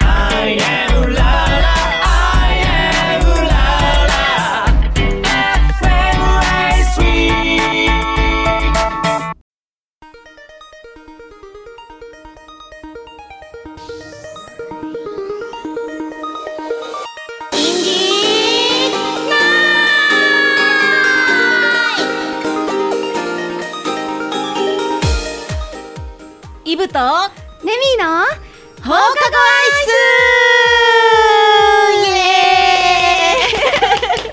I am la la, I am la la. FM ライスウィークイブとレミーの放課後アイスイエー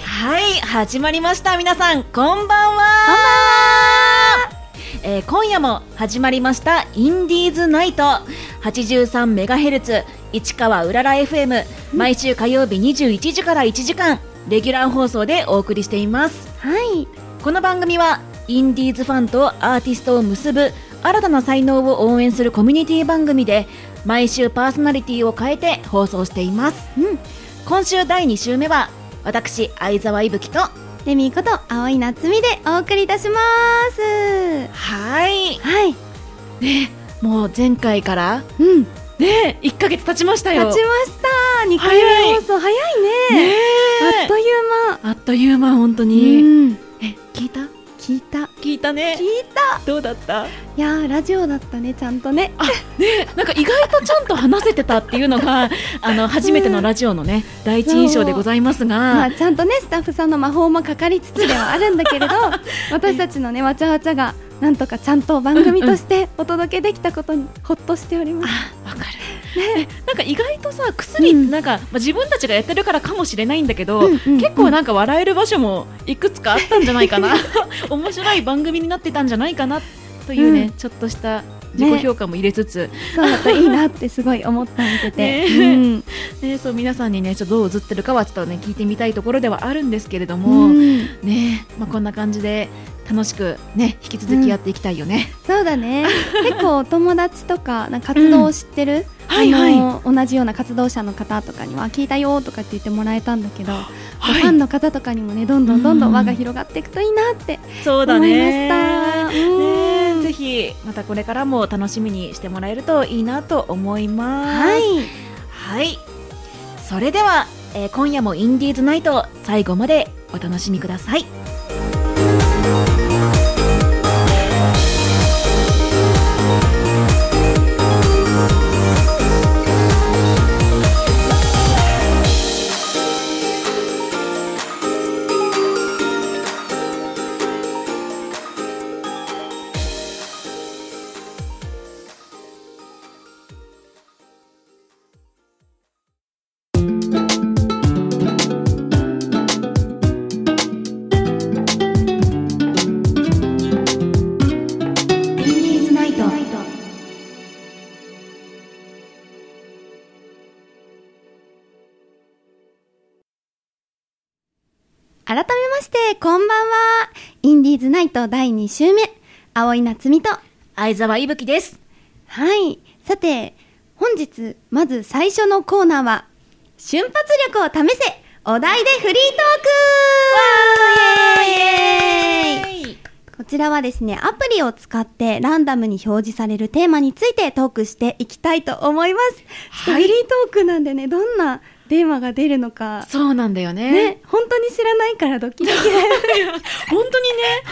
イ はい始まりました皆さんこんばんはえー今夜も始まりましたインディーズナイト 83MHz 市川うらら FM 毎週火曜日21時から1時間レギュラー放送でお送りしていますはいこの番組はインディーズファンとアーティストを結ぶ新たな才能を応援するコミュニティ番組で毎週パーソナリティを変えて放送しています、うん、今週第2週目は私相沢いぶきとレミーこと青い夏美でお送りいたしますはいはいもう前回からうんね1ヶ月経ちましたよ勝ちました二回目放送早いねねあっという間あっという間本当に、うんえ聞いた聞いた聞いたね聞いたどうだったいやーラジオだったねちゃんとねなんか意外とちゃんと話せてたっていうの があの初めてのラジオのね第一印象でございますまがあ、ちゃんとねスタッフさんの魔法もかかりつつではあるんだけれ ど私たちのねわちゃわちゃがなんとかちゃんと番組としてお届けできたことにほっとしております。あわかる、ね、なんか意外とさ薬ってなんか、まあ、自分たちがやってるからかもしれないんだけど、うんうんうん結構なんか笑える場所もいくつかあったんじゃないかな 面白い番組になってたんじゃないかなというね、うんちょっとした自己評価も入れつつ、そうだといいなってすごい思った見てて、ねうんね、そう皆さんにねちょっとどう映ってるかはちょっとね聞いてみたいところではあるんですけれども、うんねまあ、こんな感じで楽しくね引き続きやっていきたいよね。そうだ ね結構お友達とかなんか活動を知ってる、はいはいあの同じような活動者の方とかには聞いたよとかって言ってもらえたんだけど、はいファンの方とかにもねどんどんどんどん輪が広がっていくといいなってそうだ思いまねした。ねうんぜひまたこれからも楽しみにしてもらえるといいなと思います。はい、はいそれでは、えー今夜もインディーズナイト最後までお楽しみください。改めましてこんばんはインディーズナイト第2週目青い夏美と相沢いぶきです。はい。さて、本日、まず最初のコーナーは、瞬発力を試せお題でフリートークイエーイこちらはですね、アプリを使ってランダムに表示されるテーマについてトークしていきたいと思います。ははいい、フリートークなんでね、どんなテーマが出るのか、そうなんだよね。ね、本当に知らないからドキドキだよね。本当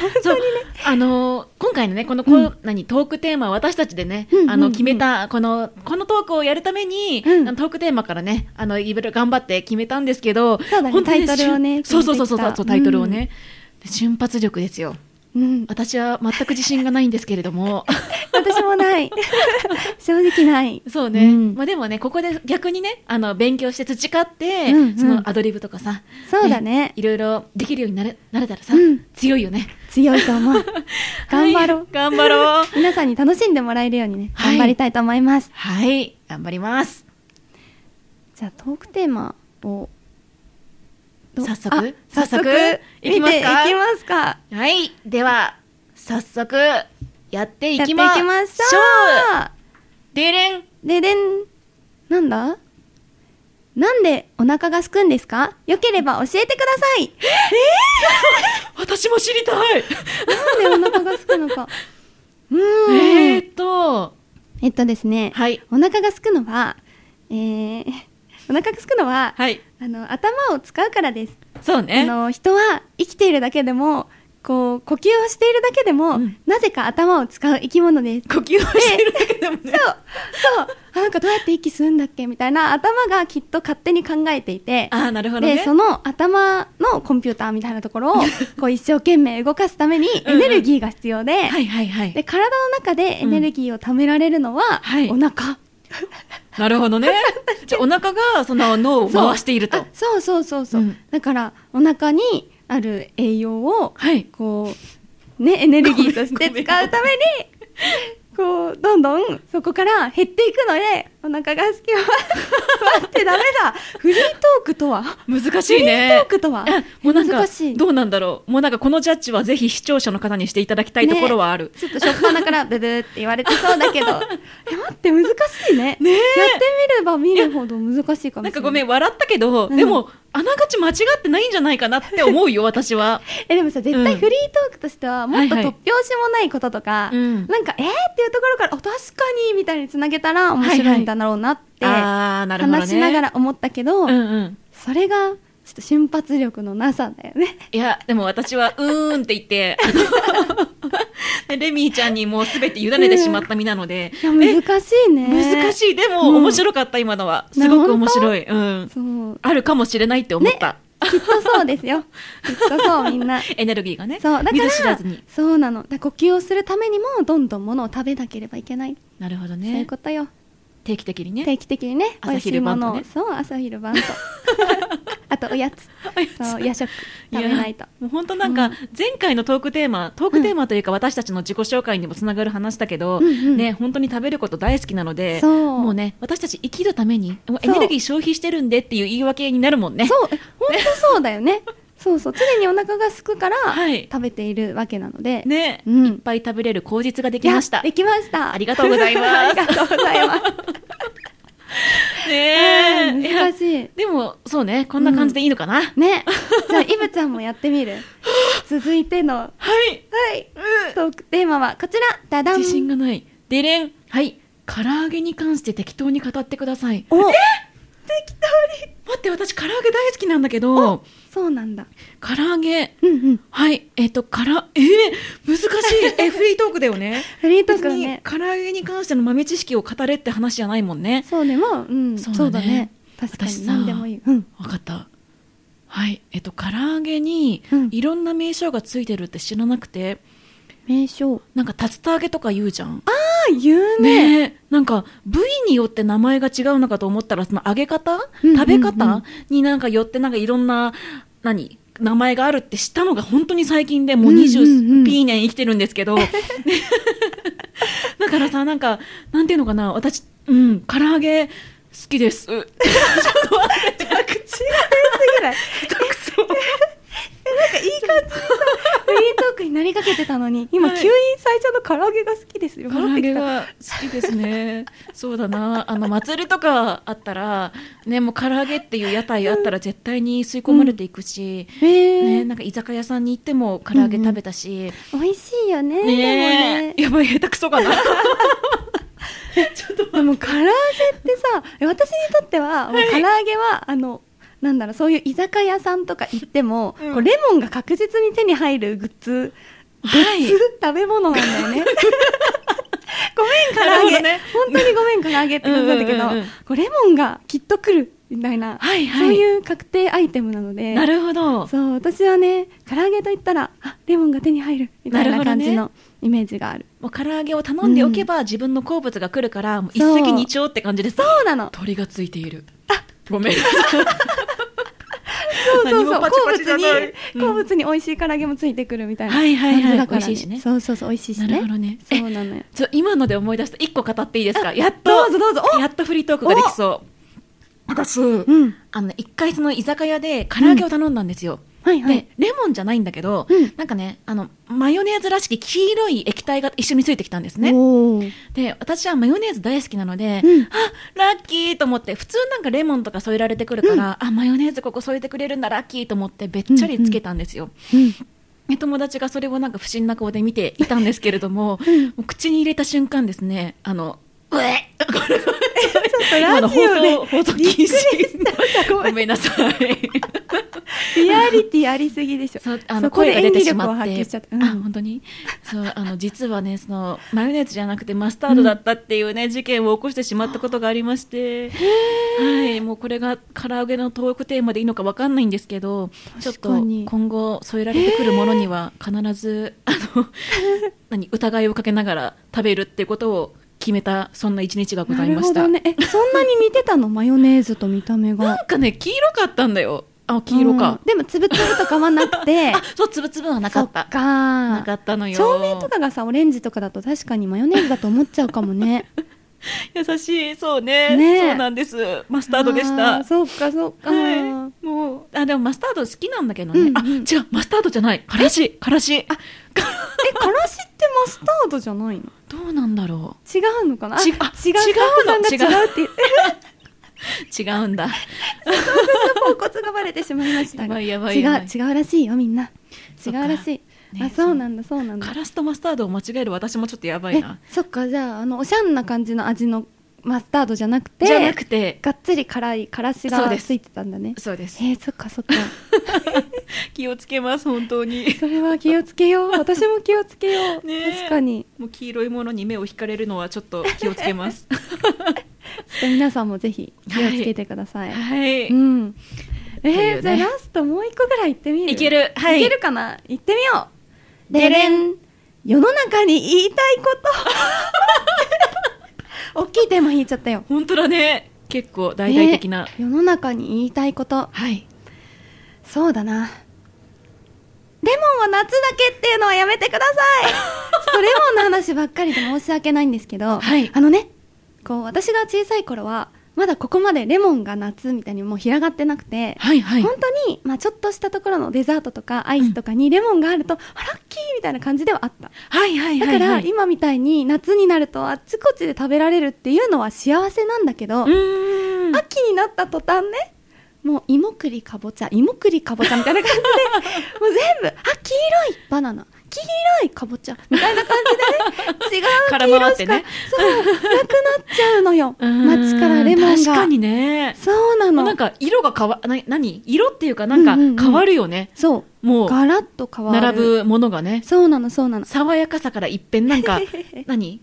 にね、そうあのー今回のねこのコーナーにトークテーマは私たちでね、うんうんうんあの決めたこのこのトークをやるために、うんあのトークテーマからねあのいろいろ頑張って決めたんですけど、そうだね本当にタイトルをねしゅんそうそうそう決そうめてきたそうタイトルをね、で瞬発力ですよ。うん、私は全く自信がないんですけれども、私も ない。正直ない。そうね、うんまあでもねここで逆にねあの勉強して培って、うんうんそのアドリブとかさ、そうだねいろいろできるようになれなれたらさ、うん強いよね。強いと思う。頑張ろう。はい頑張ろう。皆さんに楽しんでもらえるようにね、はい頑張りたいと思います。はい、頑張ります。じゃあ、トークテーマを。ど早速あ早早速速いきますか見ていきますか。はい、では、早速、やっていやってきいきましょうましょでれんう。ででん。なんだなんでお腹がすくんですかよければ教えてください。私も知りたいなんでお腹がすく のか。うーん。えーっと、えっとですね、はいお腹がすくのはえー、お腹すくのは、はいあの頭を使うからですそうあねの人は生きているだけでもこう呼吸をしているだけでも、うんなぜか頭を使う生き物です呼吸をしてるだけでもねそうそうあなんかどうやって息吸うんだっけみたいな頭がきっと勝手に考えていてああなるほどねでその頭のコンピューターみたいなと ころをこう一生懸命動かすためにうんエネルギーが必要で,、はいはいはいで体の中でエネルギーを貯められるのは、はいお 腹なるほどね じゃあお腹がその脳をそう回しているとあそうそうそうそう、うんだからお腹にある栄養をはいこうねエネルギーとして使うためにこうどんどんそこから減っていくのでお腹が好きは待ってダメだフリートークとは難しフリいーねトークとはあもうなんか難しいどうなんだろうもうなんかこのジャッジはぜひ視聴者の方にしていただきたいところはある、ちょっとしょっぱなからブブーって言われてそう だけどえ待って難しいねねえやってみれば見るほど難しいかもしれななんいかごめん笑ったけど、うんでもあながち間違ってないんじゃないかなって思うよ私はえでもさ絶う対んフリートークとしてはもっとはい突はい拍子もないこととか、うんなんかえーっていうところからあ確かにみたいにつなげたら面白いんだろうなって、ああなるほどね話しながら思ったけど、うんうんそれがちょっと瞬発力のなさだ よねいやでも私はうーんって言って あのレミーちゃんにもう全て委ねてしまった身なので、いや難しいね難いしいでも、うん面白かった今のはすごく面白い、うん、そうあるかもしれないって思った、きっとそうで すよきっとそうみんなエネルギーが ねそうだから見ず知らずにそうなのだから呼吸をするためにもどんどんものを食べなければいけない、なるほどそういうねことよ定期的にね定期的にね朝昼晩とね美味しいもの をそう朝昼晩とあとおやつおやつそう夜食食べないとやもう本当なんか、うん前回のトークテーマトークテーマというか、私たちの自己紹介にもつながる話だけど、うんうんね本当に食べること大好きなのでそうもうね私たち生きるためにもうエそうネルギー消費してるんでっていう言い訳になるもんねそうえ本当そうだよねそうそう常にお腹が空くからはい食べているわけなので、ね、うんいっぱい食べれる口実ができましたいやできましたありがとうございます ありがとうございます、ねえいや難しいでもそうねこんな感じでいいのかな、はねじゃあイブちゃんもやっ てみる続いてのはいいトークテーマはこちらダダン自信がないデレンはい唐揚げに関して適当に語ってくださいおえ適当に待って私唐揚げ大好きなんだけどそうなんだ唐揚げうんうんはいえっ、とからえー、難 しいえフリートークだよねフリートーク別だにね唐揚げに関しての豆知識を語れって話じゃないもんねそうでもうんそそううだねだね確か私にさ何でもいいうんわかったはいえっ、と唐揚げにうんいろんな名称がついてるって知らなくて、名称なんか竜田揚げとか言うじゃんあ言うねねえなんか部位によって名前が違うのかと思ったらその揚げ方、うんうんうん食べ方になんかよってなんかいろんな何名前があるって知ったのが本当に最近でもううんうんう20んピー年生きてるんですけ ど、ねだからさなんかなんていうのかな私うん唐揚げ好きです ちょっと待って口が出すぐらいいい感じでさフリートークになりかけてたのに今、はい吸引最初の唐揚げが好きですよ唐戻揚ってげきたが好きですねそうだなあの祭りとかあったらねもう唐揚げっていう屋台あったら絶対に吸い込まれていくし、へえね、なんか居酒屋さんに行っても唐揚げ食べたし、美味しいよねねでもねやばい下手くそ かなちょっとでも唐揚げってさえ私にとっては、もう唐揚げはあのなんだろうそういう居酒屋さんとか行っても、うんこうレモンが確実に手に入るグッズはいグッズ食べ物なんだ よねごめん唐なるほ揚げ、どね本当にごめん唐揚げって感じなんだけど、うんうんうんうんこうレモンがきっと来るみたいな、はいはいそういう確定アイテムなのでなるほどそう私はね唐揚げと言ったらあレモンが手に入るみたないるほなど感ねじのイメージがあるもう唐揚げを頼んでおけば、自分の好物が来るからもう一石二鳥って感じですそうなの鳥がついているごめんそうそう何もそうパチ好パチ物じゃにないうん好物に美味しい唐揚げもついてくるみたいなはいはいはい感じだから美味しいしねそうそうそう美味しいしねなるほどねそうなのよちょ今ので思い出した一個語っていいですかやっとどうぞどうぞおやっとフリートークができそう私、うんあの一回その居酒屋で唐揚げを頼んだんですよ、はいはいでレモンじゃないんだけど、うんなんかねあのマヨネーズらしき黄色い液体が一緒についてきたんですねおーで私はマヨネーズ大好きなので、うんあラッキーと思って普通なんかレモンとか添えられてくるから、あマヨネーズここ添えてくれるんだラッキーと思ってべっちゃりつけたんですよ、うんで友達がそれをなんか不審な顔で見ていたんですけれども,、もう口に入れた瞬間ですねあのうえこれちょっと今ラのジオで放送放送禁止ごめごめんなさいリアリティありすぎでしょ。そうあのそこ声でが出演て技し力まをっ発て揮しちゃった。 うんあ本当にそうあの実はねそのマヨネーズじゃなくてマスタードだったっていうね、事件を起こしてしまったことがありましてはいもうこれが唐揚げのトークテーマでいいのかわかんないんですけどちょっと確かに今後添えられてくるものには必ずあの 何疑いをかけながら食べるっていうことを決めたそんな一日がござないるまほしたどね。え、そんなに似てたの マヨネーズと見た目なが。んかね黄色かったんだよあ黄色かうん、でも、つぶつぶとかはなく て。あそうつぶつぶはなかったそっかなかったのよ照明とかがさ、オレンジとかだと確かにマヨネーズだと思っちゃうかもね。優しいそうねねえそうなんですマスタードでしたあーそうか、そうか。はいもうあでもマスタード好きなんだけどね、うんうんあ違うマスタードじゃないからしからしあえ、からしってマスタードじゃないのどうなんだろ違うのかなあち違あう、違う違うのスタッフさんが違うって言って、う違うんだポンコツがバレてしまいましたやが。ばいやばい違やばうい、違うらしいよ、みんな。違そっうからしい。ねあ、そうなんだ、そうなんだ。からしとマスタードを間違える私もちょっとやばいえなそっかじゃああのおしゃんな感じの味のマスタードじゃなくてじゃなくてがっつり辛いからしそうがですついてたんだねそうですえー、そっかそっ か気をつけます本当にそれは気をつけよう私も気をつけよう、ねえ確かに もう黄色いものに目を引かれるのはちょっと気をつけます ちょっと皆さんもぜひ気をつけてください、はい、うんえといーうねじゃあラストもう一個ぐらい行ってみるいけるはいいけるかな行ってみようでれん世の中に言いたいこと 大きいテーマ引いちゃったよ本当だね結構大々的な、ね世の中に言いたいことはいそうだなレモンは夏だけっていうのはやめてくださ いちょっとレモンの話ばっかりで申し訳ないんですけど、はいあのねこう私が小さい頃はまだここまでレモンが夏みたいにもう広がってなくて、はいはい本当に、まあ、ちょっとしたところのデザートとかアイスとかにレモンがあると、あラッキーみたいな感じではあったはいはいだはかいはらい今みたいに夏になるとあっちこっちで食べられるっていうのは幸せなんだけうど、ーん秋になった途端ねもう芋栗かぼちゃ芋栗かぼちゃみたい な感じでもう全部あ黄色いバナナ黄色いかぼちゃみたいな感 じでね違絡う黄ま色っしてか、ねそうなくなっちゃうのようーん街からレモンが確かにねそうなものうなんか色が変わな何色っていうかなんかうんうんうん変わるよね、そうもうガラッと変わる並ぶものがねそうなのそうなの爽やかさから一変なん か何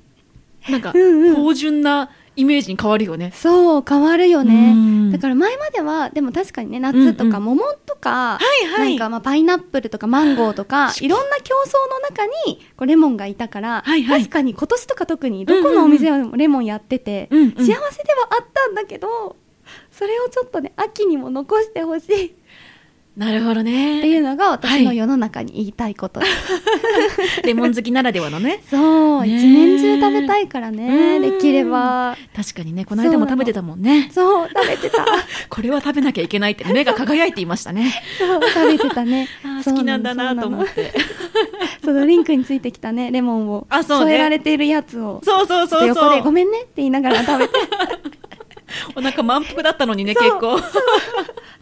なんかうんうん芳醇なイメージに変わるよね、そう変わるよねねだからら前まではでも確かにね夏とかうん桃とか、はいはいなんかまあパイナップルとかマンゴーとかいろんな競争の中にこうレモンがいたから、はいはい確かに今年とか特にどこのお店でもレモンやってて、うんうん幸せではあったんだけどそれをちょっとね秋にも残してほしいっなるほどていねうのが私はのい世の中に言いたいことです、レモン好きならではの ねそうねえ一年中食べたいからうねんできれば確かにねこの間も食べてたもんねそう食べてたこれは食べなきゃいけないって目が輝いていました ねそう食べてたね あーそう好きなのんだなと思ってそうドリンクについてきたね レモンをあそうね添えられているやつをそうそうそうちょっと横そでごうめんねって言いながら食べて お腹満腹だったのにねそう結構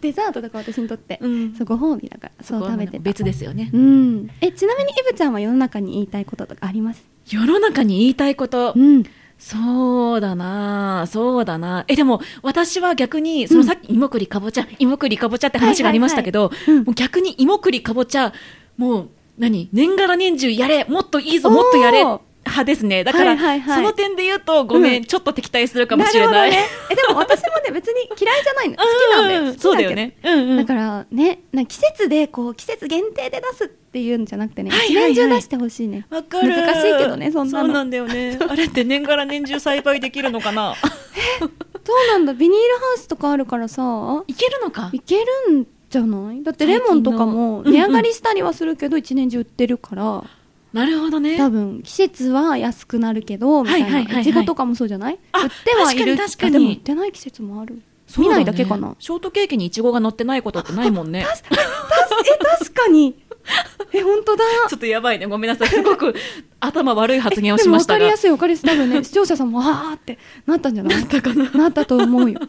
デザートとか私にとって、うんそうご褒美だからそう食べてた別ですよねうんえちなみにイブちゃんは世の中に言いたいこととかあります世の中に言いたいことうんそうだなあそうだなあえでも私は逆にそのさっき芋栗かぼちゃ、芋栗かぼちゃって話がありましたけど、はいはいはいうんもう逆に芋栗かぼちゃもう何年がら年中やれもっといいぞもっとやれおー派ですねだから、はいはいはそいの点で言うとごめん、うんちょっと敵対するかもしれないるほどねえでも私もね別に嫌いじゃないの好きなんだよ う好きだけどそうだよね、うんうん、だからねなんか季節でこう季節限定で出すっていうんじゃなくてね、はい一はいはい年中出してほし いねわかる難しいけどねそんなのそうなんだよねあれって年がら年中栽培できるのかなそうなんだビニールハウスとかあるからさいけるのか いけるんじゃないだってレモンとかも最近の値上がりしたりはするけど一年中売ってるからなるほどね多分季節は安くなるけどみたいはいはいはいはないいちごとかもそうじゃない売あってはい確かにる確かにあでも売ってない季節もあるそうよね見ないだけかなショートケーキにイチゴが乗ってないことってないもんねたえ確かに え本当だちょっとやばいね。ごめんなさい。すごく頭悪い発言をでしもま分しかたりがや。すい分かりやすい多 分ね視聴者さんもあーってなったんじゃないなったかななったと 思うよ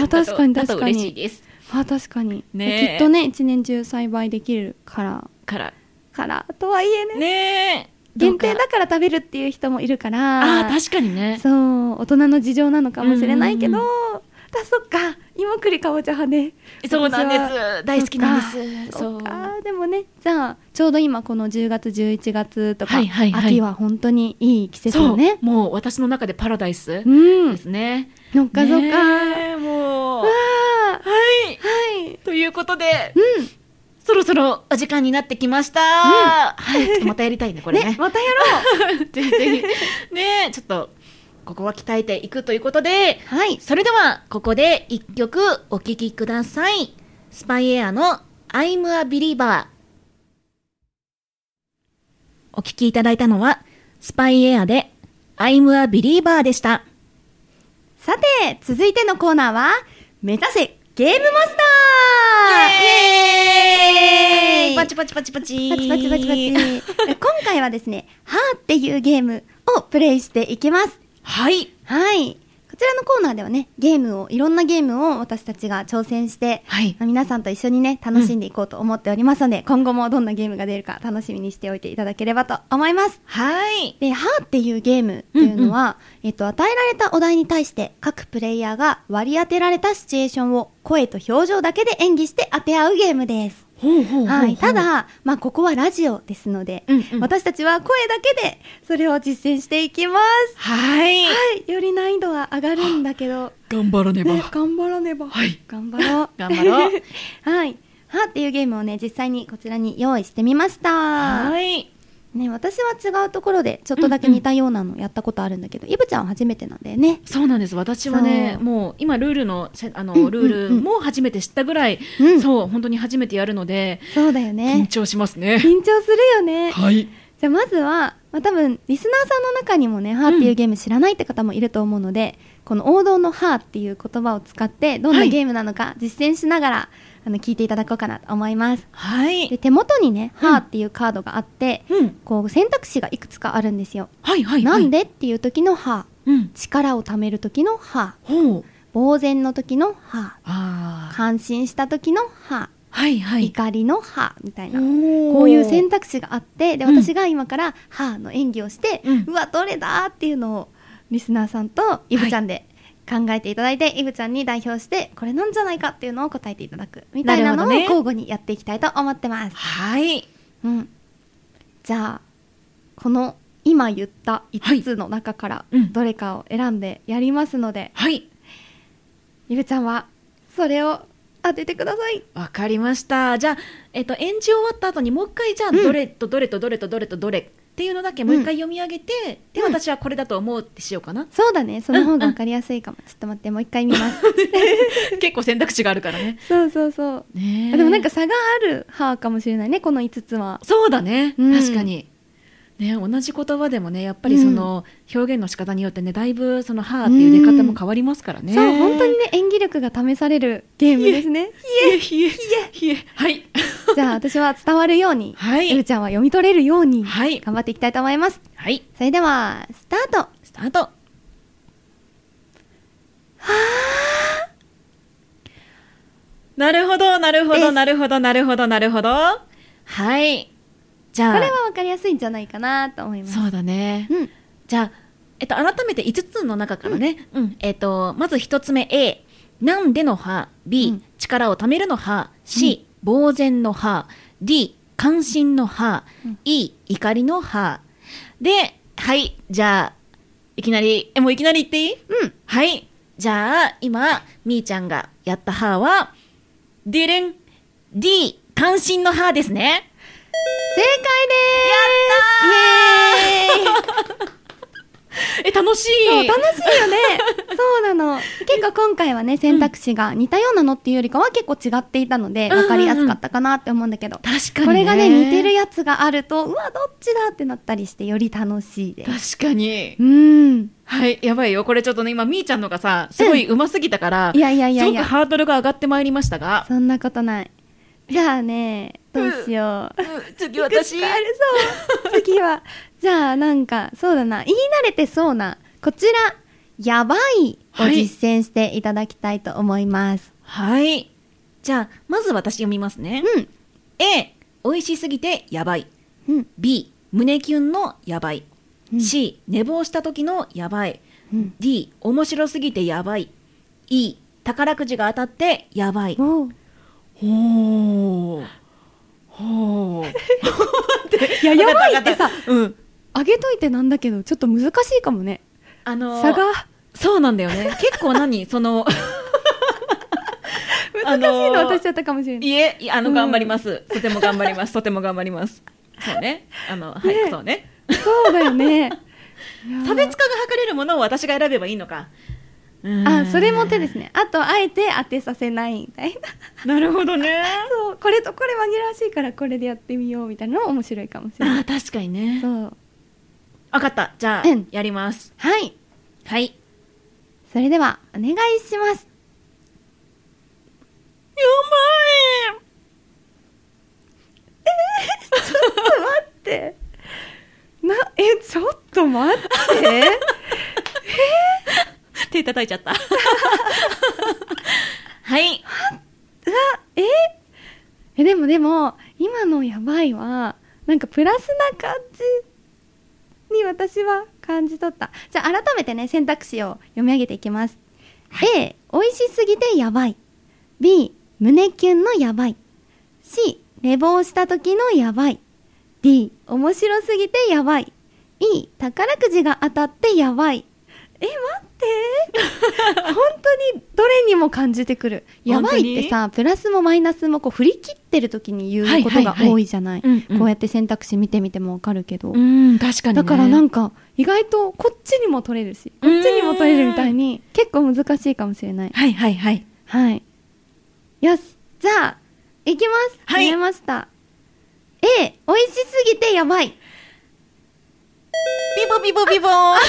あ確かにだと確か嬉しいにです。あ確かにねえきっとね一年中栽培できるからから。からとはいえねねえ。どう限か定だから食べるっていう人もいるかあらあ確かにねそう大人の事情なのかもしれないけど、うんだそっか芋栗かぼちゃ派ねそうなんかぼちゃです大好きなんですそそううかでもねじゃあちょうど今この10月11月とか、はいはいはい秋は本当にいい季節そようねもう私の中でパラダイスうでんすねそっかそっねか、えもうわあはいはいということでうんそろそろお時間になってきました、はいちょっとまたやりたいねこれねねまたやろうぜひぜ ひねえちょっとここは鍛えていくということではいそれではここで一曲お聴きくださいスパイエアの「I'm a Believer」お聴きいただいたのはスパイエアで「I'm a Believer」でしたさて続いてのコーナーは目指せゲームマスターイエーイパチパチパチパチパチパチパチパチ 今回はですね「はーっていうゲームをプレイしていきますはいはいこちらのコーナーではねゲームをいろんなゲームを私たちが挑戦して、はいまあ皆さんと一緒にね楽しんでいこうと思っておりますので、今後もどんなゲームが出るか楽しみにしておいていただければと思いますはいで「はーっていうゲームっていうのは、えっと、与えられたお題に対して各プレイヤーが割り当てられたシチュエーションを声と表情だけで演技して当て合うゲームですほうほうほうほうはい、ただ、まあ、ここはラジオですので、うんうん私たちは声だけでそれを実践していきます。はいはい、より難易度は上がるんだけど、頑張らねばね、頑張らねば。はい。頑張ろう頑張ろう。 はい。はっていうゲームをね、実際にこちらに用意してみました。はいね、私は違うところで、ちょっとだけ似たようなのやったことあるんだけど、イブちゃんは初めてなんだよね。そうなんです私はねそうもう今ルールのせあの、うんうんうんルールも初めて知ったぐらい、うんそう本当に初めてやるので、そうだよ緊ね。張しますね緊張するよね。はいじゃあまずは、まあ、多分リスナーさんの中にもね「はーっていうゲーム知らないって方もいると思うので、この王道の「はーっていう言葉を使ってどんはないゲームなのか実践しながら、あの聞いていただこうかなと思いますはでい手元にね「うんはーっていうカードがあって、うんこう選択肢がいくつかあるんですよ、はいはいなんで、でっていう時の「はうんー」、力を貯める時の「はほうー」呆然の時の「はー」あー感心した時の「ははいはー」い怒りの「はー」みたいなここういう選択肢があってでうん私が今から「はあ」の演技をして、うんうわどれだっていうのをリスナーさんとイブちゃんで考えていただいて、イブちゃんに代表してこれなんじゃないかっていうのを答えていただくみたいなのをなるほどね交互にやっていきたいと思ってます、はいうん、じゃあこの今言った5つの中からうんどれかを選んでやりますので、はいイブちゃんはそれを当ててくださいわかりましたじゃあ、えっと演じ終わった後にもう一回じゃあ、うんどれとどれとどれとどれとどれっていうのだけもう一回読み上げて、でうん私はこれだと思うってしようか なそうだねその方が分かりやすいかも、 ちょっと待ってもう一回見ます結構選択肢があるからね そうそうそうねあでもなんか差がある歯かもしれないねこの5つはそうだね、うん確かに。ね、同じ言葉でもねやっぱりその表現の仕方によってねだいぶその「はーっていう出方も変わりますからね。そう本当にね演技力が試されるゲームですね冷え冷え冷えはいじゃあ私は伝わるように、はゆるいちゃんは読み取れるようにはい頑張っていきたいと思いますはいそれではスタートスタートなるほどなるほですどなるほどなるほどなるほどはいじゃあこれは分かりやすいんじゃないかなと思いますそうだねうんじゃあ、えっと、改めて5つの中からね、うんえっと、まず1つ目 A、なんでの歯、B、うん力をためるの歯、C、呆然の歯、D、関心の歯、うん E、怒りの歯。で、はい、じゃあ、いきなり、え、もういきなり言っていいうんはい。じゃあ、今、みーちゃんがやった歯は、ディレン、D、関心の歯ですね。正解ですやったーイエーイえ、楽しい。そう楽 しいよねそうなの結構今回はね選択肢が似たようなのっていうよりかは結構違っていたのでうんうんうん分かりやすかったかなって思うんだけど、確かに、ね。これがね似てるやつがあるとうわどっちだってなったりしてより楽しいです確かにう。んはい、やばいよ。これちょっとね、今、みーちゃんのがさ、すごい上手すぎたから、いやいやいやすいごくやハードルが上がってまいりましたが、そんなことないじゃあねどうしよう 次いくつかあるそう次はじゃあなんかそうだな言い慣れてそうなこちらやばいを実践していただきたいと思います、はい。じゃあ、まず私読みますね。A、美味しすぎてやばい。うん B、胸キュンのやばい、C 寝坊した時のやばい、D 面白すぎてやばい E 宝くじが当たってやばいおうほうほういややばいってさうんあげといてなんだけどちょっと難しいかもねあの差がそうなんだよ ね結構何そのあ難しいのーの渡しちゃったかもしれないいえいあのうん頑張ります、とても頑張りますとても頑張りますそうねあのはい、ねそうねそうだよ ねいやー差別化が図れるものを私が選べばいいのかうーんあそれも手ですねあとあえて当てさせないみたいななるほどねそうこれとこれ紛らわしいからこれでやってみようみたいなの面白いかもしれなあいー確かにねそう分かったじゃあ、うんやりますはいはいそれではお願いしますやばいってなえちょっと待って手叩いちゃった はいえ えでもでも今のやばいはなんかプラスな感じに私は感じ取ったじゃあ改めてね選択肢を読み上げていきます、A 美味しすぎてやばい B 胸キュンのやばい C 寝坊した時のやばい D 面白すぎてやばい E 宝くじが当たってやばいえ待 って本当にどれにも感じてくるやばいってさプラスもマイナスもこう振り切ってる時に言うことが多いじゃないはいはいはいうんうんこうやって選択肢見てみてもわかるけど、うん確かだからなんんか意外とこっちにも取れるしこっちにも取れるみたいに結構難しいかもしれないはいはいはいはい。よし。じゃあ、いきます。はい決めました。A、美味しすぎてやばい。ピボピボピボはあ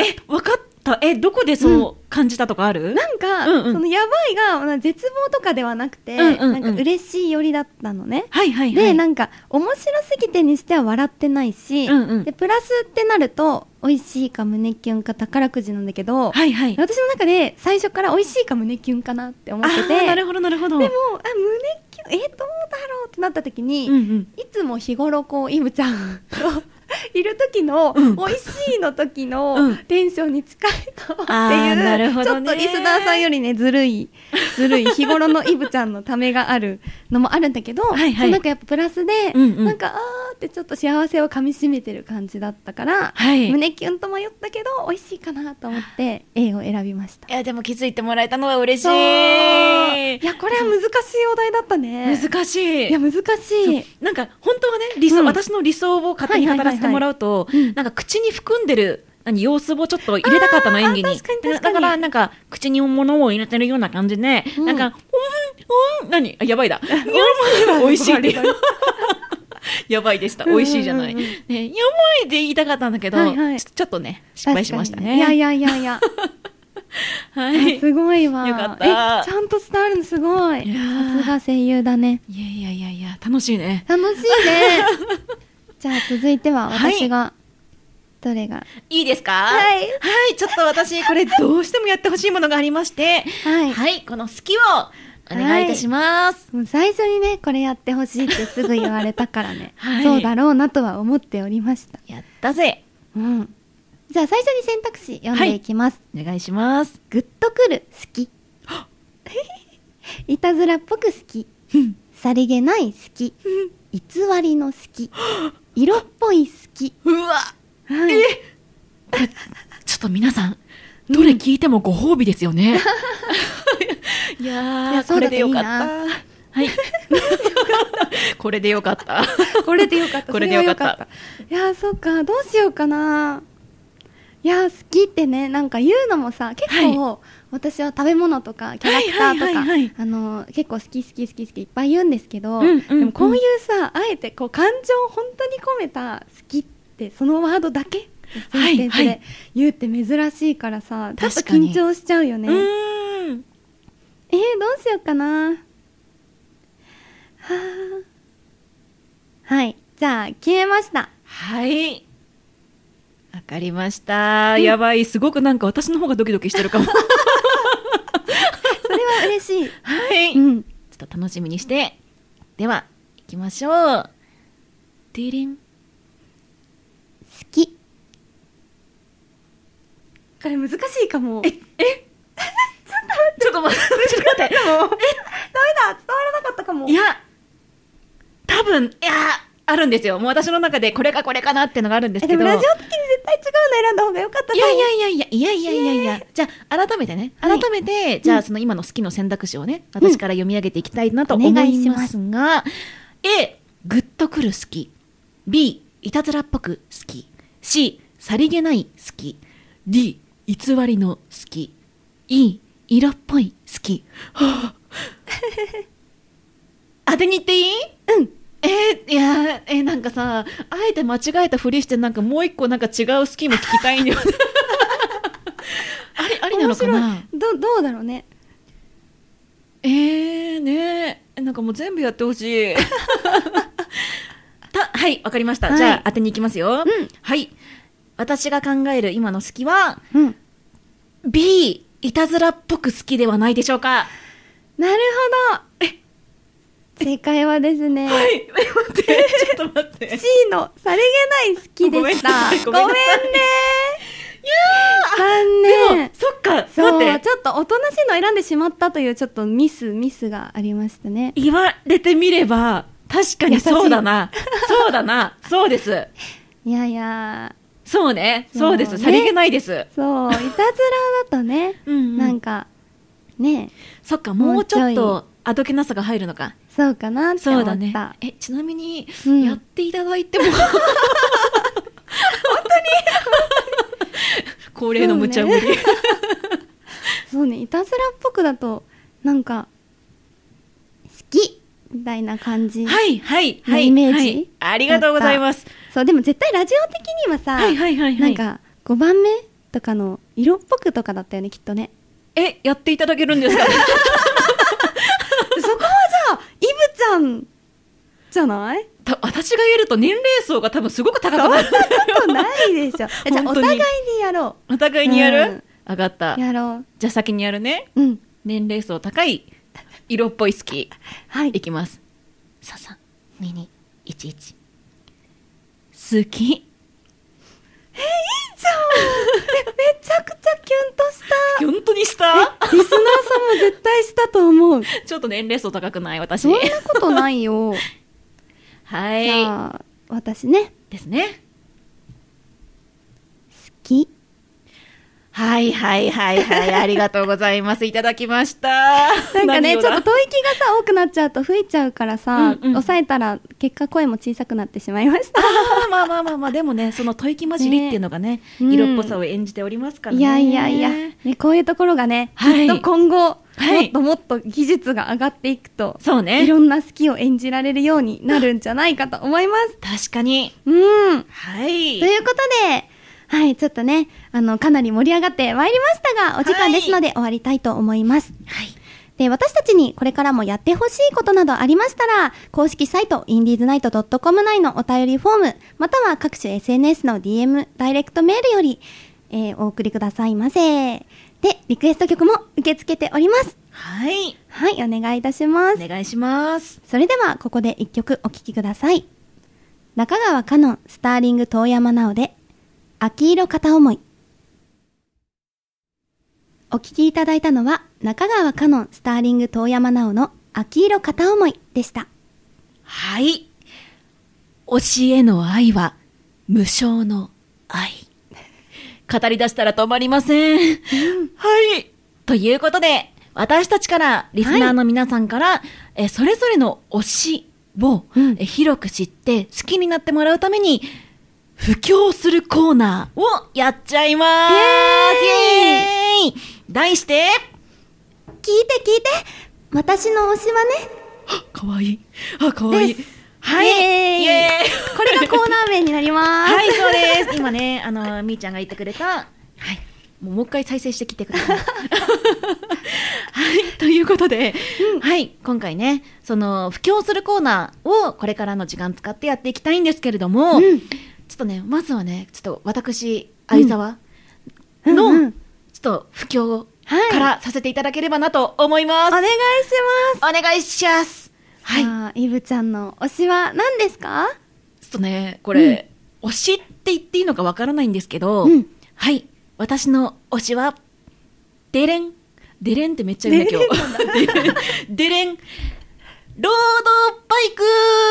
ーいえ分かったえどこでそう感じたとかある、なんか、うんうんそのやばいが絶望とかではなくうて、んうんうんなんか嬉しい寄りだったのね。はいはいはいで、なんか、面白すぎてにしては笑ってないし、うんうんで、プラスってなると、美味しいか胸キュンか宝くじなんだけど、はいはい私の中で最初から美味しいか胸キュンかなって思ってあーて、なるほどなるほどでも、あ、胸キュン、え、どうだろうってなった時に、うんうんいつも日頃こうイブちゃんといる時の、うん美味しいの時のうんテンションに近いかもってあいーう、なるほちょどっねとリスナーさんよりねずるいずるい日頃のイブちゃんのためがあるのもあるんだけど、はいはいそのなんかやっぱプラスで、うんうんなんかあーってちょっと幸せをかみしめてる感じだったから、はい胸キュンと迷ったけど美味しいかなと思って A を選びました。いやでも気づいてもらえたのは嬉しそういいやこれは難しいお題だったね。難しいいや難しい。なんか本当はね理想、うん私の理想を勝手に語らせてもらうと、いはいはいはいうんなんか口に含んでる何様子をちょっと入れたかったのあー演技に確かに確かだにからなんか口に物を入れてるような感じで、うんなんかうんうん何あやばいだうん美味しいって やばいでした美味しいじゃない、うんうんうんね、やばいって言いたかったんだけど、はいはいちょちょっとね失敗しましたね確かにいやいやいやいや。 はいすごいわ。よかったえちゃんと伝わるのすごい。いやーさすが声優だね。いやいやいやいや楽しいね楽しい ね。じゃあ続いてははい私が、どれが。いいですかはいはい、ちょっと私、これどうしてもやってほしいものがありまして、はいはい、この好きをお願いいたします。。もう最初にね、これやってほしいってすぐ言われたからね はいそうだろうなとは思っておりました。やったぜ。うん。じゃあ最初に選択肢読んでいきます。お願いします。グッとくる好 きいたずらっぽく好きさりげない好き偽りの好き色っぽい好き、うわ、はい、ちょっと皆さん、どれ聞いてもご褒美ですよね。 いやーいやこれでよかった。そうはい。 これでよかった。これでよかったこれでよかっそたは良いやーそっかどうしようかないやー好きってねなんか言うのもさ結構、私は食べ物とかキャラクターはいとか、はいはいはいあのー結構好き好き好き好きいっぱい言うんですけど、うんうんうんでもこういうさあえてこう感情を本当に込めた好きってそのワードだけセンテンスはいはでい言うって珍しいからさちょっと確かに緊張しちゃうよね。ーん。えー、どうしようかなはあはいじゃあ決めましたはい。わかりました。やばい。すごくなんか私の方がドキドキしてるか も。それは嬉しい はい。うんちょっと楽しみにして。では、いきましょう。ディリン。好きこれ難しいかもええちょっちょっと待って、ちょっと待って。と待ってえダメだ伝わらなかったかもいや、多分、いや、あるんですよ。もう私の中でこれかこれかなってのがあるんですえけでど。もラジオ的に絶対違うの選んだ方が良かったいとや思ういやいやいやいやいやいやいや、じゃあ改めてねは改めいて、じゃうあんその今の好きの選択肢をね私から読み上げていきたいなと思いますが、A グッとくる好き B いたずらっぽく好き C さりげない好き D 偽りの好き E 色っぽい好きは あ当てに行っていいうんえーいやーえーなんかさあえて間違えたふりしてなんかもう一個なんか違う好きも聞きたいんだよありありなのかな面白いどどうだろうねえー、ねえなんかもう全部やってほしい たはいわかりました、はいじゃあ当てに行きますよ、うんはい私が考える今の好きはうん B いたずらっぽく好きではないでしょうかなるほど正解はですね、い待ってちょっと待って C のさりげない好きでごしためんなさいごめんなさいごめんねで残も念そっかそう待ってちょっとおとなしいの選んでしまったというちょっとミスミスがありましたね言われてみれば確かにそうだ なそうだなそうですいやいやそうねそうそうです、ねさりげないですそういたずらだと ねうんうんなんかねそっかもうちょっもうとあどけなさが入るのかそうかなってそ思うっただねえちなみに、うんやっていただい ても本当に恒例の無茶ぶり、そうねそうねいたずらっぽくだとなんか好きみたいな感じはいはいはいイメーはジいありがとうございますそうでも絶対ラジオ的にはさ、はいはいはいはないんか5番目とかの色っぽくとかだったよねきっとねえやっていただけるんですか そこはじゃあイブちゃんじゃないた私が言えると年齢層が多分すごく高くなることない でしょじゃあお本当に互いにやろお互いにやる、上がっうたやろじゃあ先にやるねううん年齢層高い色っぽい好きはいいきます332211好きじゃあえめちゃくちゃキュンとした本当にしたリスナーさんも絶対したと 思うちょっと年齢層高くない私そんなことな いよはじいゃあ私ねですね好きはいはいはいはいありがとうございますいただきま したなんかねちょっとと吐息がさ多くなっちゃうと吹いちゃうからさ、うんうん抑えたら結果声も小さくなってしまいましたまあまあまあまあでもねその吐息混じりっていうのがねね色っぽさを演じておりますからねいやいやいや、ね、こういうところがね、はいきっと今後、はいもっともっと技術が上がっていくと、そうねいろんな好きを演じられるようになるんじゃないかと思います。 確かにうん。はいということで、はい、ちょっとね、あの、かなり盛り上がってまいりましたが、お時間ですので終わりたいと思います。はいで、私たちにこれからもやってほしいことなどありましたら、公式サイト、i n d i e s n i g h t c o m 内のお便りフォーム、または各種 SNS の DM、ダイレクトメールより、えーお送りくださいませ。で、リクエスト曲も受け付けております。はいはい、お願いいたします。お願いしますそれでは、ここで一曲お聴きください。中川かのん、スターリング遠山奈緒で、秋色片思い。お聴きいただいたのは、中川かのん、スターリング遠山奈緒の、秋色片思いでした。はい推しへの愛は無償の愛語り出したら止まりません、はいということで私たちからリスナーの皆さんから、えそれぞれの推しを、うんえ広く知って好きになってもらうために布教するコーナーをやっちゃいますイエーイ題して聞いて聞いて私の推しはね、かわいいあかわいいですはいイエーイイエーイこれがコーナー名になります。はい、そうです。今ね、あの、みーちゃんが言ってくれた、はい、もうもう一回再生してきてください。はい、ということで、はい、今回ね、その、布教するコーナーをこれからの時間使ってやっていきたいんですけれども、うんちょっとね、まずはね、ちょっと私、相沢の、うんうんちょっと布教はいからさせていただければなと思います。お願いします。お願いします。はいじゃあイブちゃんの推しは何ですかちょっとね、これ、推しって言っていいのかわからないんですけど、うんはい、私の推しは、デレン。デレンってめっちゃ言うんだ今日。デレン。 デレン。ロードバイクブーブーブー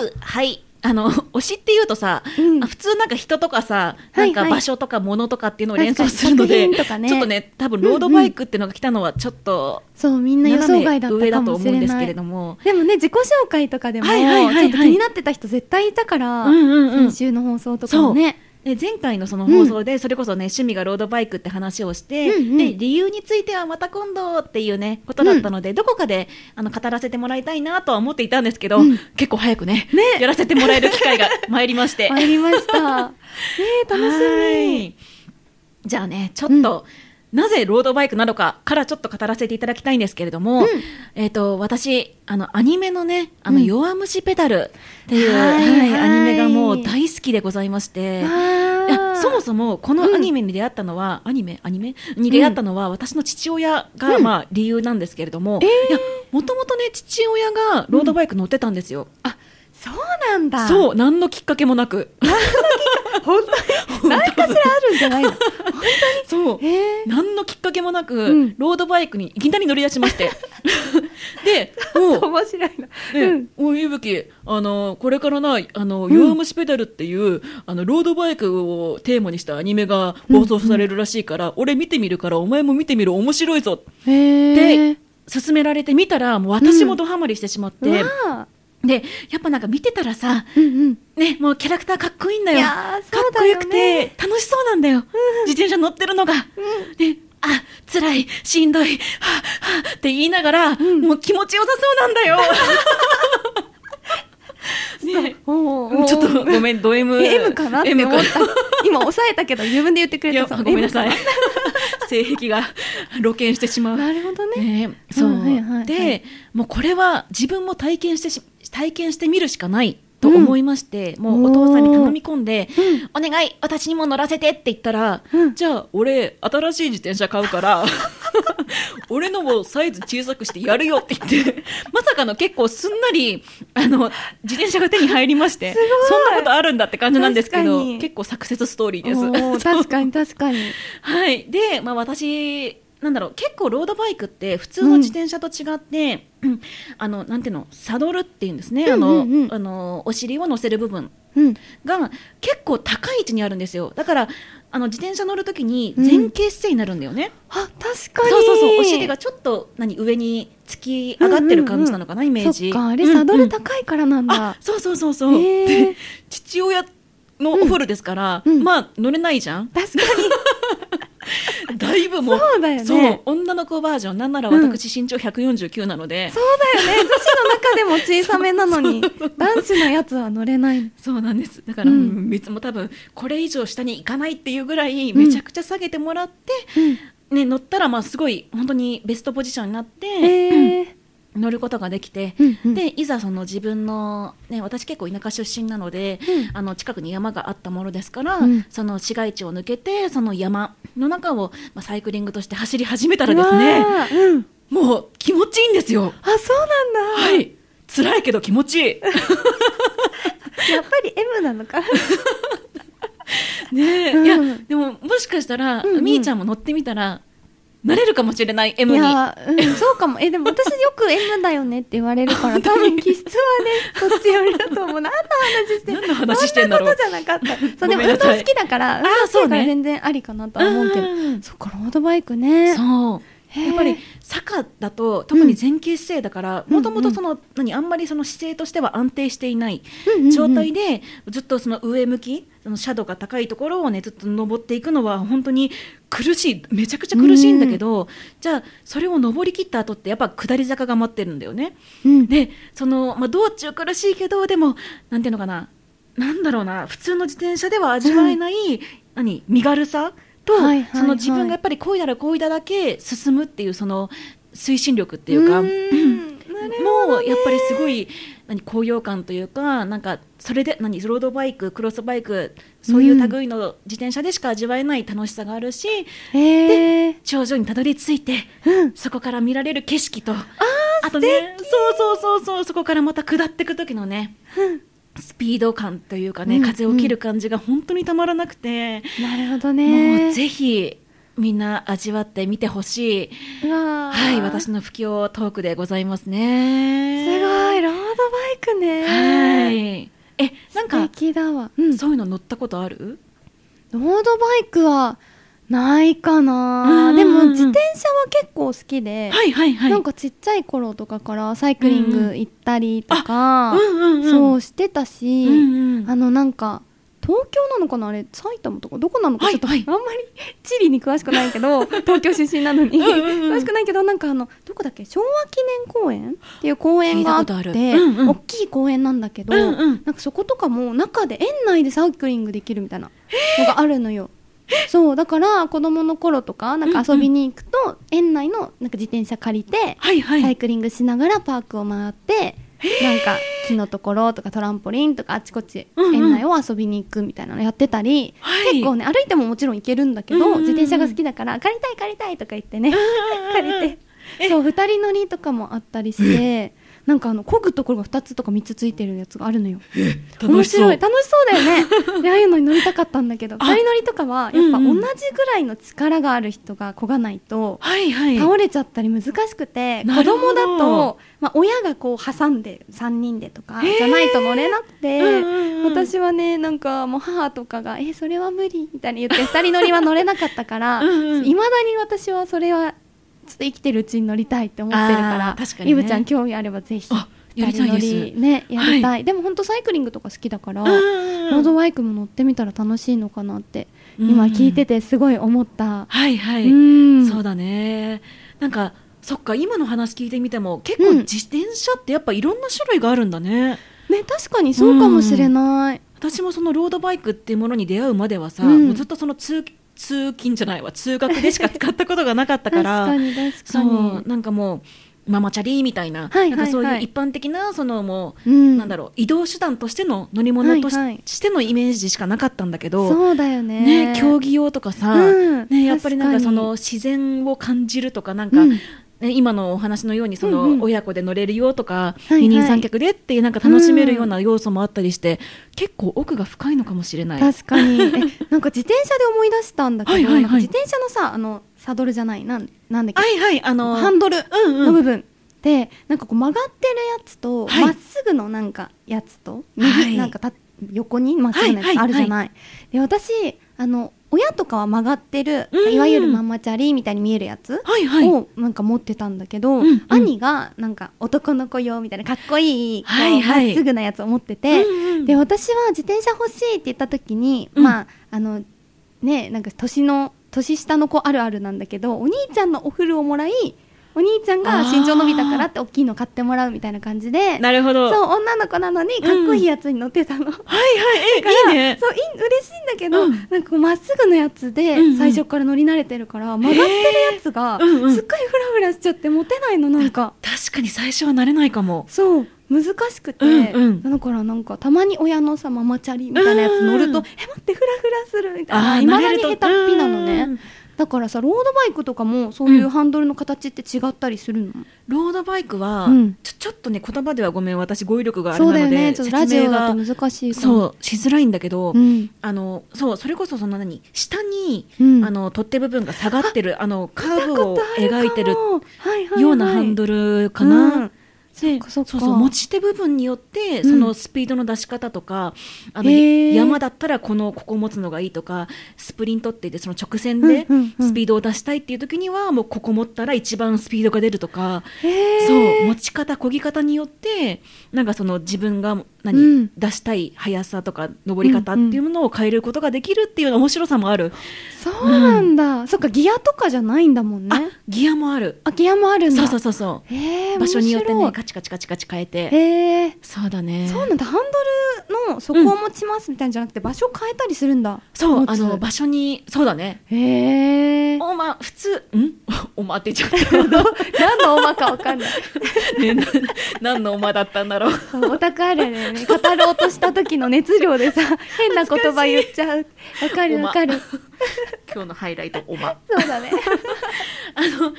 ブーはい。あの、 推しって言うとさ、うんあ普通なんか人とかさ、はいなんはいか場所とか物とかっていうのを連想するので、確かに作品とかね ちょっとね、多分ロードバイクっていうのが来たのはちょっと、そうみんな予想外だ斜っめ上たかだともし思れうんないですけれども、でもね自己紹介とかでも、はいはいはいはいちょっと気になってた人絶対いたから、うんうんうん先週の放送とかもねで前回のその放送で、それこそね趣味がロードバイクって話をして、うんうんで理由についてはまた今度っていうねことだったので、どこかであの語らせてもらいたいなとは思っていたんですけど、うん結構早くねねやらせてもらえる機会が参りま して参りました ねえ楽しみはいじゃあねちょっと、なぜロードバイクなのかからちょっと語らせていただきたいんですけれども、うんえっ、と私あのアニメのね「あのうん弱虫ペダル」っていう、はいはいはいアニメがもう大好きでございまして。いわやあそもそもこのアニメに出会ったのは、アニメアニメに出会ったのは、私の父親が、うんまあ、理由なんですけれども、いやもともとね父親がロードバイク乗ってたんですよ、そうなんだそう何のきっかけもな く本当に何かしらあるんじゃない のそうえー何のきっかけもなく、うんロードバイクにいきなり乗り出しまして でもう面白いな、ねうんおいぶきあのこれからなあのん弱虫ペダルっていう、あのロードバイクをテーマにしたアニメが放送されるらしいから、俺見てみるからお前も見てみる面白いぞへえで勧められてみたらもう私もドハマりしてしまって、わあでやっぱなんか見てたらさうんうんねもうキャラクターかっこいいんだよいやーかっそうこだよよねくて楽しそうなんだよ、自転車乗ってるのが、であ辛いしんどいはあはあって言いながら、んもう気持ちよさそうなん だよねおーおーちょっとごめんド M M かなって思 M っかた 今抑えたけど自分で言ってくいれやたそごのめんなさい M か性癖が露見してしまうなるほどねね、そう、はいはいはいでもうこれは自分も体験してし体験してみるしかないと思いまして、もうお父さんに頼み込んで「お願い私にも乗らせて」って言ったら、うんじゃあ俺新しい自転車買うから 俺のもサイズ小さくしてやるよって言ってまさかの結構すんなりあの自転車が手に入りましてそんなことあるんだって感じなんですけ確かどに結構サクセスストーリーおです。ー そう確かに確かにはい、で、まあ、私なんだろう結構ロードバイクって普通の自転車と違って、うんあのなんていうのサドルっていうんですね、うんうんうあのんあのお尻を乗せる部分うんが結構高い位置にあるんですよだからあの自転車乗るときに前傾姿勢になるんだよね、あ確かにそうそうそうお尻がちょっと何上に突き上がってる感じなのかな、イメージそっかあれサドうんうルん高いからなんあだ、そうそうそうそう、へーで父親のお風呂ですから、うんうんまあ乗れないじゃん確かにだいぶもうそうだよねそう女の子バージョンなんならうん私身長149なので、そうだ よね女子の中でも小さめなのに男子のやつは乗れないそうなんですだから、うんうんいつも多分これ以上下に行かないっていうぐらいんめちゃくちゃ下げてもらって、うんね、乗ったらまあすごい本当にベストポジションになって、えー乗ることができて、うんうんでいざその自分の、ね、私結構田舎出身なので、うんあの近くに山があったものですから、うんその市街地を抜けてその山の中を、まあ、サイクリングとして走り始めたらですうねわーうんもう気持ちいいんですよ。あそうなんだ、はい辛いけど気持ちいいやっぱり M なのかねえ、うんいやでももしかしたら、うんうんみーちゃんも乗ってみたらなれるかもしれない M いにや、 うん、そうかも。え、でも私よく M だよねって言われるから、多分気質はね、そっち寄りだと思う。何の話して何の話してんだろうそんなことじゃなかった。そう、でもごめ運んな動さい好きだから、運動好きそうだからね全然ありかなとは思うけど。うんそっか、ロードバイクね。そうへえやっぱり坂だと特に前傾姿勢だからうんもともとその、何あんまりその姿勢としては安定していないうんうんうん状態で、ずっとその上向きその斜度が高いところをねずっと登っていくのは本当に苦しいめちゃくちゃ苦しいんだけど、じゃあそれを登り切った後ってやっぱ下り坂が待ってるんだよね。うん。でその、まあ、道中苦しいけどでもなんていうのかななんだろうな普通の自転車では味わえない、何身軽さと、はいはいはいその自分がやっぱりこいだらこいだだけ進むっていうその推進力っていうか。ううんんなるもうやっぱりすごい何高揚感というかなんかそれで何ロードバイククロスバイクそういう類の自転車でしか味わえない楽しさがあるし、へえ。頂上にたどり着いてうん。そこから見られる景色とあとねそうそうそうそうそこからまた下ってく時のねスピード感というかね、うん風を切る感じが本当にたまらなくて、なるほどもねうぜひみんな味わってみてほしい、うわーはい、私の不況トークでございますね。すごいロードバイクねはい。え、なん素か、敵だわ、うん、そういうの乗ったことあるロードバイクはないかうんうんうな、んでも自転車は結構好きで、はいはいはい。なんかちっちゃい頃とかからサイクリング行ったりとか、うんうんうん、そうしてたし、うんうんあのなんか東京なのかなあれ埼玉とかどこなのかはいちょっと、はいあんまり地理に詳しくない けど東京出身なのにうんうんうん詳しくないけどなんかあのどこだっけ昭和記念公園っていう公園があって聞いたことあるうんうん大きい公園なんだけど、うんうんなんかそことかも中で園内でサイクリングできるみたいなのがあるのよ。そうだから子供の頃とかなんか遊びに行くと、園内のなんか自転車借りてはいはい。サイクリングしながらパークを回って、なんか木のところとかトランポリンとかあちこちうんうん園内を遊びに行くみたいなのやってたり、はい結構ね歩いてももちろん行けるんだけうんど、うんうん自転車が好きだから借りたい借りたいとか言ってね借りてそう2人乗りとかもあったりして。なんかあの漕ぐところが2つとか3つついてるやつがあるのよ楽しそう面白い楽しそ うだよねでああいうのに乗りたかったんだけど2あ人乗りとかはやっぱうんうん同じぐらいの力がある人が漕がないとはいはい。倒れちゃったり難しくてな子るほど供だと、まあ、親がこう挟んで3人でとかじゃないと乗れなくて、うんうんうん私はねなんかもう母とかが「えそれは無理」みたいに言って2人乗りは乗れなかったから ういんうんまだに私はそれはちょっと生きてるうちに乗りたいって思ってるからあー確かにねイブちゃん興味あればぜひあやりたいです二人乗りね、やりたい、はでも本当サイクリングとか好きだから、うんうんうんロードバイクも乗ってみたら楽しいのかなって、うん今聞いててすごい思った。はいはい。うんそうだね。なんか、そっか、今の話聞いてみても、結構うん自転車ってやっぱいろんな種類があるんだね。ね確かにそうかもしれない、私もそのロードバイクっていうものに出会うまではさ、うんもうずっとその通通勤じゃないわ通学でしか使ったことがなかったか確らかに確かにそうなんかもうママチャリみたいな,、はいはいはいなんかそういう一般的なそのもう、うんなんだろう移動手段としての乗り物とし,、はいはいしてのイメージしかなかったんだけどそうだよねね、競技用とかさ、うんね、やっぱりなんか確そかにの自然を感じるとかなんか、うんね、今のお話のようにその、うんうん親子で乗れるよとか、いはい二人三脚でっていうなんか楽しめるような要素もあったりして、結構奥が深いのかもしれない。確かにえなんか自転車で思い出したんだけど、はいはいはいなんか自転車のさあのサドルじゃないなんなんだっけ、はいはいあのハンドルうんうんの部分で、なんかこう曲がってるやつとはいま、っすぐのなんかやつと、はいなんかた横にまっすぐのやつあるじゃない,、はで私あの親とかは曲がってる、うんいわゆるママチャリみたいに見えるやつ、はいはいをなんか持ってたんだけど、うんうん兄がなんか男の子用みたいなかっこいいこうはいはいまっすぐなやつを持ってて、うんうんで私は自転車欲しいって言った時に、うんまああのねなんか年の年下の子あるあるなんだけどお兄ちゃんのお古をもらいお兄ちゃんが身長伸びたからって大きいの買ってもらうみたいな感じでなるほどそう女の子なのにかっこいいやつに乗ってたの。はいだからはいえいいねそうい嬉しいんだけど、うんなんかこうまっすぐのやつでうんうん最初から乗り慣れてるから、曲がってるやつがへーうんうんすっごいフラフラしちゃって持てないのなんか確かに最初は慣れないかもそう難しくて、うんうんだからなんかたまに親のさママチャリみたいなやつうんう乗ると、んえ待ってフラフラするみあたーいないま慣だれにると下手っぴなのね、うんだからさロードバイクとかもそういううんハンドルの形って違ったりするの、ロードバイクは、うんちょちょっとね言葉ではごめん私語彙力があれそなのうだでよねちょっとラジ説明オがだと難しいからそうしづらいんだけど、うんあのそうそれこそその何下に、うんあの取っ手部分が下がってるあのカー見ブたこをとあ描いてるかもはいはいはいようなハンドルかな。うんでそっかそっかうそう持ち手部分によってうんそのスピードの出し方とか、あのへー山だったらこのここを持つのがいいとかスプリントって言ってその直線でうんうんうんスピードを出したいっていう時にはもうここ持ったら一番スピードが出るとか、へーそう持ち方漕ぎ方によってなんかその自分が何、うん出したい速さとか登り方っていうものを変えることができるっていう面白さもある、そうなんだ、そっかギアとかじゃないんだもんねあギアもあるあギアもあるんだそうそうそうそうへー場所によってね面カチカチカチカチ変えて、白いへーそうだねそうなんだハンドルのそこを持ちますみたいなんじゃなくて場所を変えたりするんだそう持つあの場所にそうだねへえ おま普通んおまって言っちゃった何のおまかわかんないねな何のおまだったんだろうそうオタクあるあるよね語ろうとした時の熱量でさ変な言葉言っちゃうわかるわかる今日のハイライトおまそうだねあの慣れ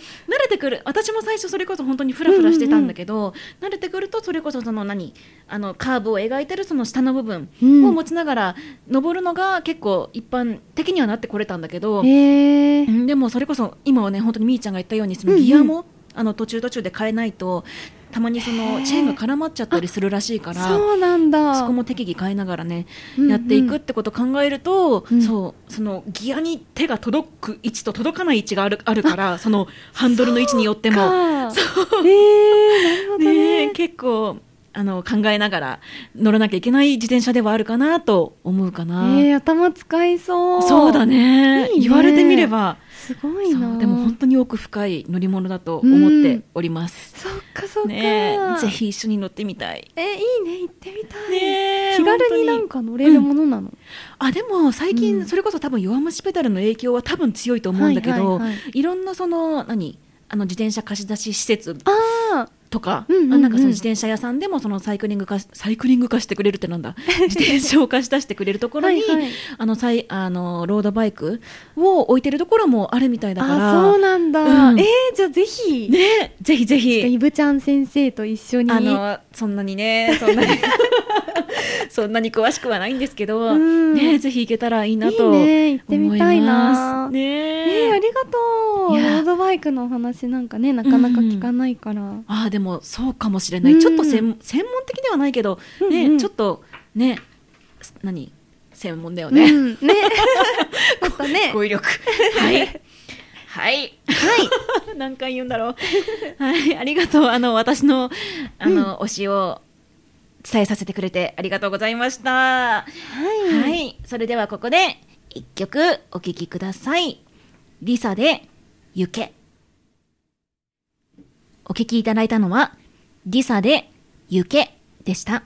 てくる私も最初それこそ本当にフラフラしてたんだけど、慣れてくるとそれこそその何あのカーブを描いてるその下の部分をうん持ちながら登るのが結構一般的にはなってこれたんだけど、へえうんでもそれこそ今はね本当にみーちゃんが言ったようにそのうんうんギアも、あの途中途中で変えないとたまにそのチェーンが絡まっちゃったりするらしいから。そうなんだそこも適宜変えながらね、うんうんやっていくってことを考えると、うんそうそのギアに手が届く位置と届かない位置があるあるからそのハンドルの位置によっても、かそうえー、なるほどねねえ結構あの考えながら乗らなきゃいけない自転車ではあるかなと思うかえな、ー、頭使いそうそうだねいいね言われてみればすごいそなうでも本当に奥深い乗り物だと思っております、そっかそっか、ねえぜひ一緒に乗ってみたいえいいね行ってみたい、ねえ気軽になんか乗れるものなの、あでも最う近んそれこそ多分弱虫ペダルの影響は多分強いと思うんだけど、はい いはいはろんなその何あの自転車貸し出し施設ああとか、うんうんうんあなんかその自転車屋さんでもそのサイクリング化しサイクリング化してくれるってなん だ自転車を貸し出してくれるところにはいはいあのさいあのロードバイクを置いてるところもあるみたいだからあそうなんだ、うんえー、じゃあぜひ、ねぜひぜちょっとひイブちゃん先生と一緒にあのそんなにねそんなに そんなに詳しくはないんですけど、うんねぜひ行けたらいいないとい思います。ね行ってみたいなねえー、ありがとういロやードバイクのお話なんかねなかなか聞かないから、ああでもそうかもしれない、うんちょっと専専門的ではないけど、ねうんうんちょっとねす何専門だよね、 うん、ねちょっとね語彙 力はいはいはい何回言うんだろう はいありがとうあの私のあの、推しを伝えさせてくれてありがとうございましたはい、それではここで一曲お聴きくださいリサで「行け」お聴きいただいたのは「リサで行け」でした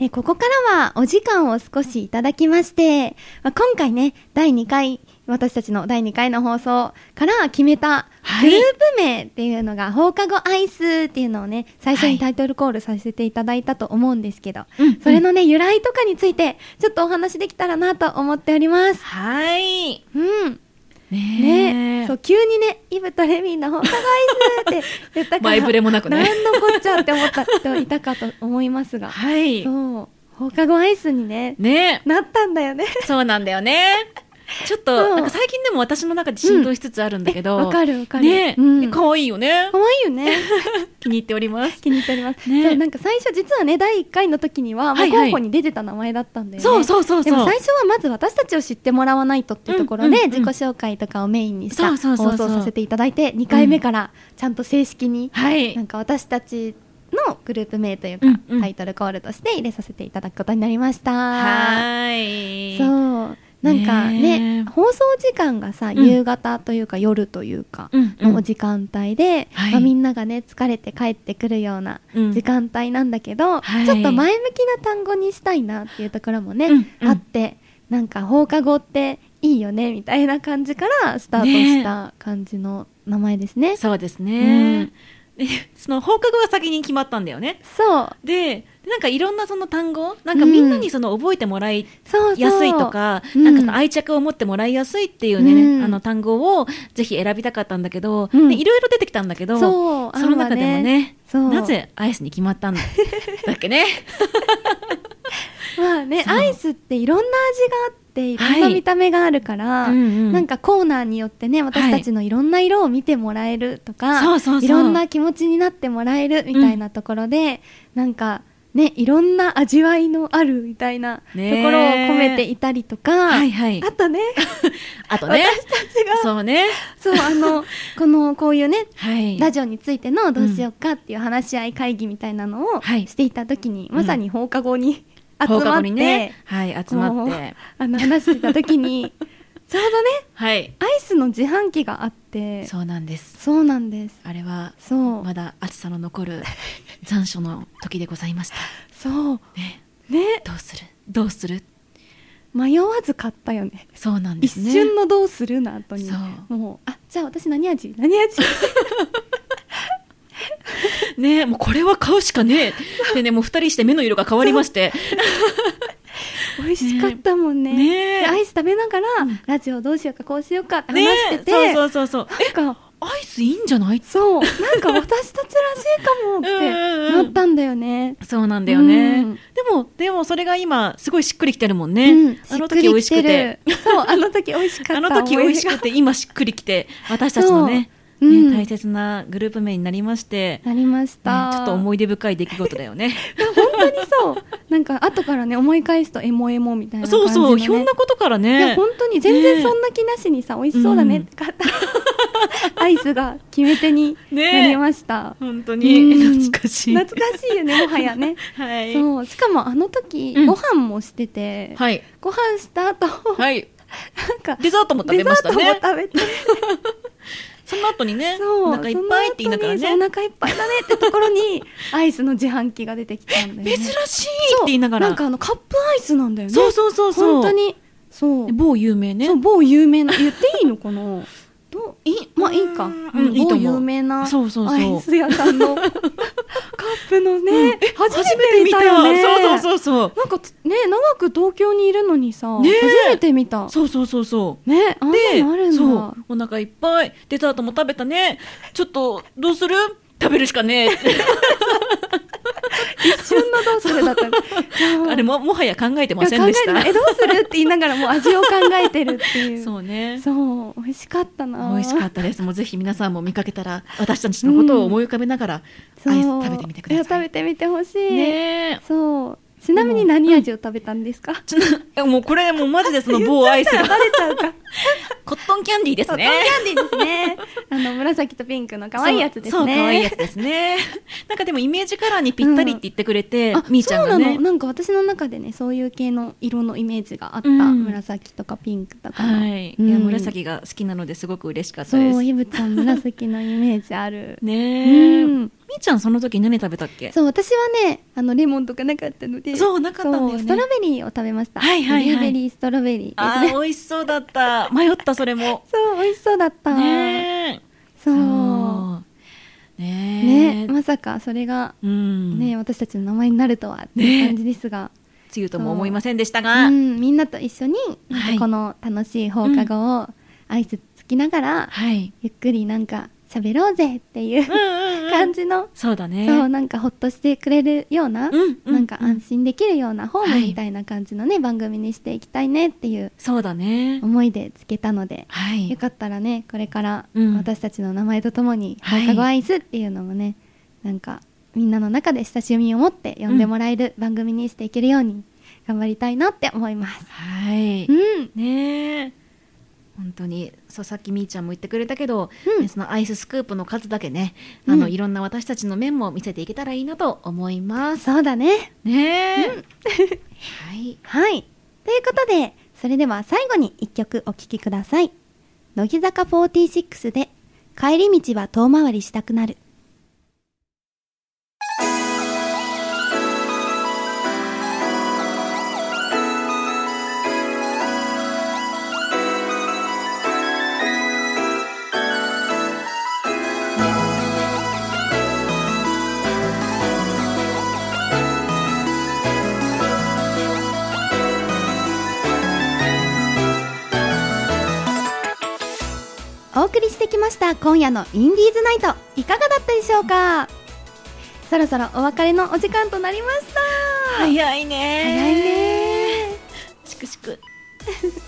えーここからはお時間を少しいただきまして、まあ、今回ね、第2回、私たちの第2回の放送から決めたはグいループ名っていうのが、放課後アイスっていうのをね、最初はにいタイトルコールさせていただいたと思うんですけど、うんそれのね、由来とかについて、ちょっとお話できたらなと思っております。はいうん。ねねえそう、急にね、イブとレミーの放課後アイスって言った から、前触れもなくね何のこっちゃって思った人いたかと思いますが。はいそう放課後アイスにねねなったんだよねそうなんだよねちょっそうとなんか最近でも私の中で浸透しつつあるんだけど、 わかるわかるねうん可愛いよね可愛いよね気に入っております気に入っております、ねそうなんか最初実はね第1回の時には、まはあ、いはい候補に出てた名前だったんだよねそうそうそうそうでも最初はまず私たちを知ってもらわないとっていうところうんうでんうん自己紹介とかをメインにしたそうそうそう放そう送させていただいて2回目からちゃんと正式にはいなんか私たちのグループ名というかうんうんタイトルコールとして入れさせていただくことになりました。はいそうなんかねねえ放送時間がさ、ん夕方というか夜というかうんうんの時間帯で、はいまあ、みんながね疲れて帰ってくるようなうん時間帯なんだけど、はいちょっと前向きな単語にしたいなっていうところもね、うんうんあってなんか放課後っていいよねみたいな感じからスタートした感じの名前ですね。そうですね、でその放課後が先に決まったんだよねそうでなんかいろんなその単語なんかみんなにその覚えてもらいそうそうやすいとか、うんなんかその愛着を持ってもらいやすいっていうね、うんあの単語をぜひ選びたかったんだけど、うんでいろいろ出てきたんだけどそうその中でもねあんわねそうなぜアイスに決ま ったんだだっけねまあねそうアイスっていろんな味があっていろんはない見た目があるから、うんうんなんかコーナーによってね私たちのいろんな色を見てもらえるとか、そうそうそうろんな気持ちになってもらえるみたいなところで、なんかねいろんな味わいのあるみたいなところをねえ込めていたりとか、はいはいあとねあとね私たちがそうねそうあのこのこういうねはいラジオについてのどうしようかっていう話し合い会議みたいなのをはいしていた時に、まさに放課後に集放課ま後っにて、ねはい集まっこてうあの話してた 時にちょうどねはいアイスの自販機があってそそうなんですうなんですあれはそう、まだ暑さの残 る残暑の時でございましたそうねねどうするどうする迷わず買ったよねそうなんで一すね瞬のどうするな後にそう もうあじゃあ私何味何味ねえもうこれは買うしかねえでねもう2人して目の色が変わりまして美味しかったもんねねえでアイス食べながら、ラジオどうしようかこうしようかってね話してて、えそうそうそうそうなんかアイスいいんじゃないそうなんか私たちらしいかもっうんうんてうんなったんだよねそうなんだよね、うんでもでもそれが今すごいしっくりきてるもんうね、ん、あの時美味しくてしっくりきるそうあの時美味しかったあの時美味し思いくて今しっくりきて私たちのね,、そううんね大切なグループ名になりまして、出なりましねた、ちょっと思い出深い出来事だよ ね本当にそう なんか後からね思い返すとエモエモみたいな感じその、うね、そうひょんなことからいやね本当に全然そんな気なしにさ、美味しそうだねって買った、 アイスが決め手 になりました、本当うんに懐かしい懐かしいよねもはやね はいそうしかもあの時、うんご飯もしてて、はいご飯した後、はいなんかデザートも食べましたデザーねトも食べてその後にねそうお腹いっぱいって言いながらその後ねにそうお腹いっぱいだねってところにアイスの自販機が出てきたんだよ 珍ねしいって言いながらそうなんかあのカップアイスなんだよねそうそうそうそう本当にそう某有名ねそう某有名な言っていいのかなどういまあいいか、うんうんいいと思某う有名なアそうそうそうイス屋さ んのカップのね、うんえ初めて見たよねそうそうそうそうなんかつね長く東京にいるのにさ、ねえ初めて見たそうそうそうそうねあんなのあるで、んだそう、お腹いっぱい、デザートも食べたね。ちょっと、どうする食べるしかねえ。一瞬のどうする だったねあれも、もはや考えてまいやせんでし考えてないた。えどうするって言いながらもう味を考えてるっていうそうね。そう美味しかったな美味しかったです。もうぜひ皆さんも見かけたら、私たちのことを思い浮かべながら、そうアイス食べてみてくだやさ食い。べてみてほしい、ねえそうちなみに何味を食べたんですか、ちょえ。もうこれ、もうマジでその某アイス言っちゃが、ったらバレちゃう かコットンキャンディーでそすうね。トンキャンディーです ね。あの紫とピンクの可愛いやつですね。そう、そう可愛いやつですね。なんかでもイメージカラーにぴったりって言ってくれて、みーちゃんがそうなねの。なんか私の中でねそういう系の色のイメージがあった、うん紫とかピンクとかのはい。うんいや、紫が好きなのですごく嬉しかったそですう。イブちゃん紫のイメージあるねえ、うんみーちゃんその時何食べたっけそう私はねあのレモンとかなかったのでそうなかったんだよねそうストロベリーを食べましたはいはいはいブリューベリーストロベリーあーですね美味しそうだった迷ったそれもそう美味しそうだった、ねえそううねえねまさかそれがうんね、私たちの名前になるとはっていう感じですが、つゆとも思いませんでしたが、うん、みんなと一緒になんはいかこの楽しい放課後を挨拶つきながら、はいゆっくりなんか喋ろうぜっていううんうんうん感じの、そうだねそうなんかほっとしてくれるような、うんうんなんか安心できるようなホームはいみたいな感じのね、番組にしていきたいねっていうそうだね思いでつけたので、はいよかったらねこれからうん私たちの名前とともに「はい放課後アイス」っていうのもねなんかみんなの中で親しみを持って呼んでもらえる番組にしていけるように頑張りたいなって思います。はい、うんねえ本当にそうさっきみーちゃんも言ってくれたけど、うんねそのアイススクープの数だけねあの、うんいろんな私たちの面も見せていけたらいいなと思いますそうだねねえ、 はいはいということでそれでは最後に一曲お聴きください乃木坂46で「帰り道は遠回りしたくなる」お送りしてきました今夜のインディーズナイトいかがだったでしょうかそろそろお別れのお時間となりました早いね早いねしくし く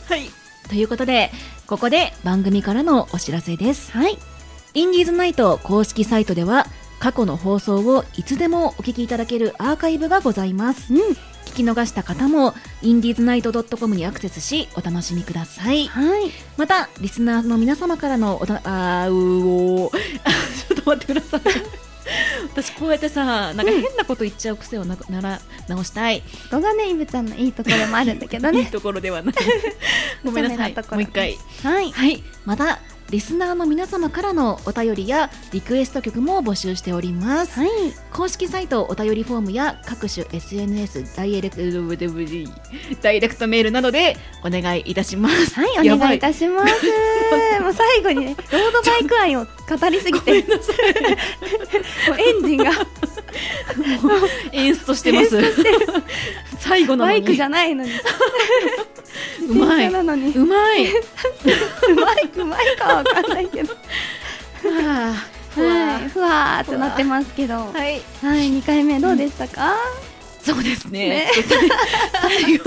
はいということでここで番組からのお知らせですはいインディーズナイト公式サイトでは過去の放送をいつでもお聞きいただけるアーカイブがございますうん聞き逃した方もインディーズナイト .com にアクセスしお楽しみくださいはいまたリスナーの皆様からのおたあーうおー ちょっと待ってください私こうやってさなんか変なこと言っちゃう癖をなくなら直したいここがねイブちゃんのいいところもあるんだけどいいねところではない ごめんなさいダメなとこもろう一回はいはいまたリスナーの皆様からのお便りやリクエスト曲も募集しております、はい公式サイトお便りフォームや各種 SNS ダイエレクトダイレクトメールなどでお願いいたし ますはいお願いいたしますもう最後にねロードバイク愛を語りすぎてもうエンジンが演出としてます 最後なのバにイクじゃないのにうまい電車なのにうま いうまいうまいかはわかんないけどはあはいふわーっとなってますけどはいはい二回目どうでしたかそうですねねちょっと最後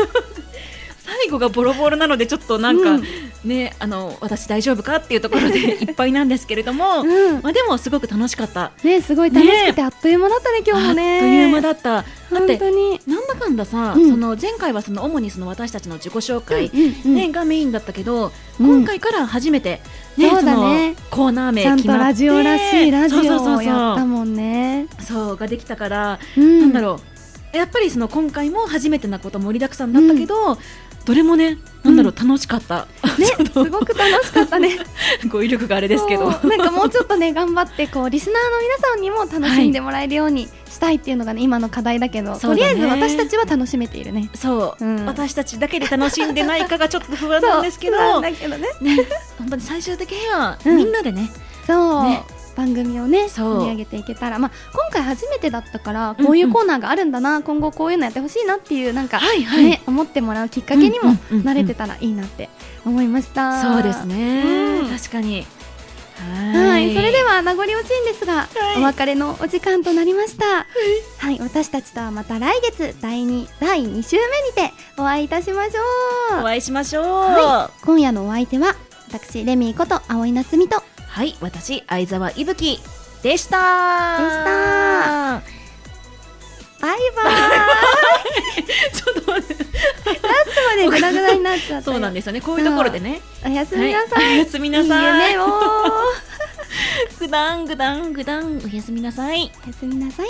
最後がボロボロなのでちょっとなんか、うんねあの私大丈夫かっていうとこ ろでいっぱいなんですけれども、うんまあ、でもすごく楽しかったねすごい楽しくてあっという間だったね今日もねあっという間だっただっ本て当になんだかんださ、うんその前回はその主にその私たちの自己紹介、うんうんね、がメインだったけど、うん今回から初めて、ねそうだねそのコーナー名ちゃん決とまってラジオらしいラジそうそうオそをうやったそもんねうそうができたからうんなんだろうやっぱりその今回も初めてなこと盛りだくさんだったけど、どれもねなんだろう、楽しかった ねちょっすとごく楽しかったね語彙力があ れですけど そうなんかもうちょっとね頑張ってこうリスナーの皆さんにも楽しんでもらえるようにしたいっていうのがね今の課題だけどそとうだりあねえず私たちは楽しめているねそう、うん私たちだけで楽しんでないかがちょっと不安なんですけどそうなんだけどねね本当に最終的にはうんみんなでね、そう、ね番組をねそう盛り上げていけたら、まあ、今回初めてだったからこういうコーナーがあるんだな、今後こういうのやってほしいなっていうなんか、はいはいね、思ってもらうきっかけにもうんうんうんうん慣れてたらいいなって思いました。そうですね、うん確かにははい、それでは名残惜しいんですが、はいお別れのお時間となりました。はい、私たちとはまた来月第2第2週目にてお会いいたしましょう。お会いしましょうは、はい今夜のお相手は私レミーこと葵夏美とい、私相沢いぶきでしたでしたバイバー ちょっと待ってイまでグダグダになっちゃった よ。そうなんですよねこういうところでねおやすみなさ。はいおや すみなさいいい夢を。おぐだんぐだんぐだんおやすみなさいやすみなさい。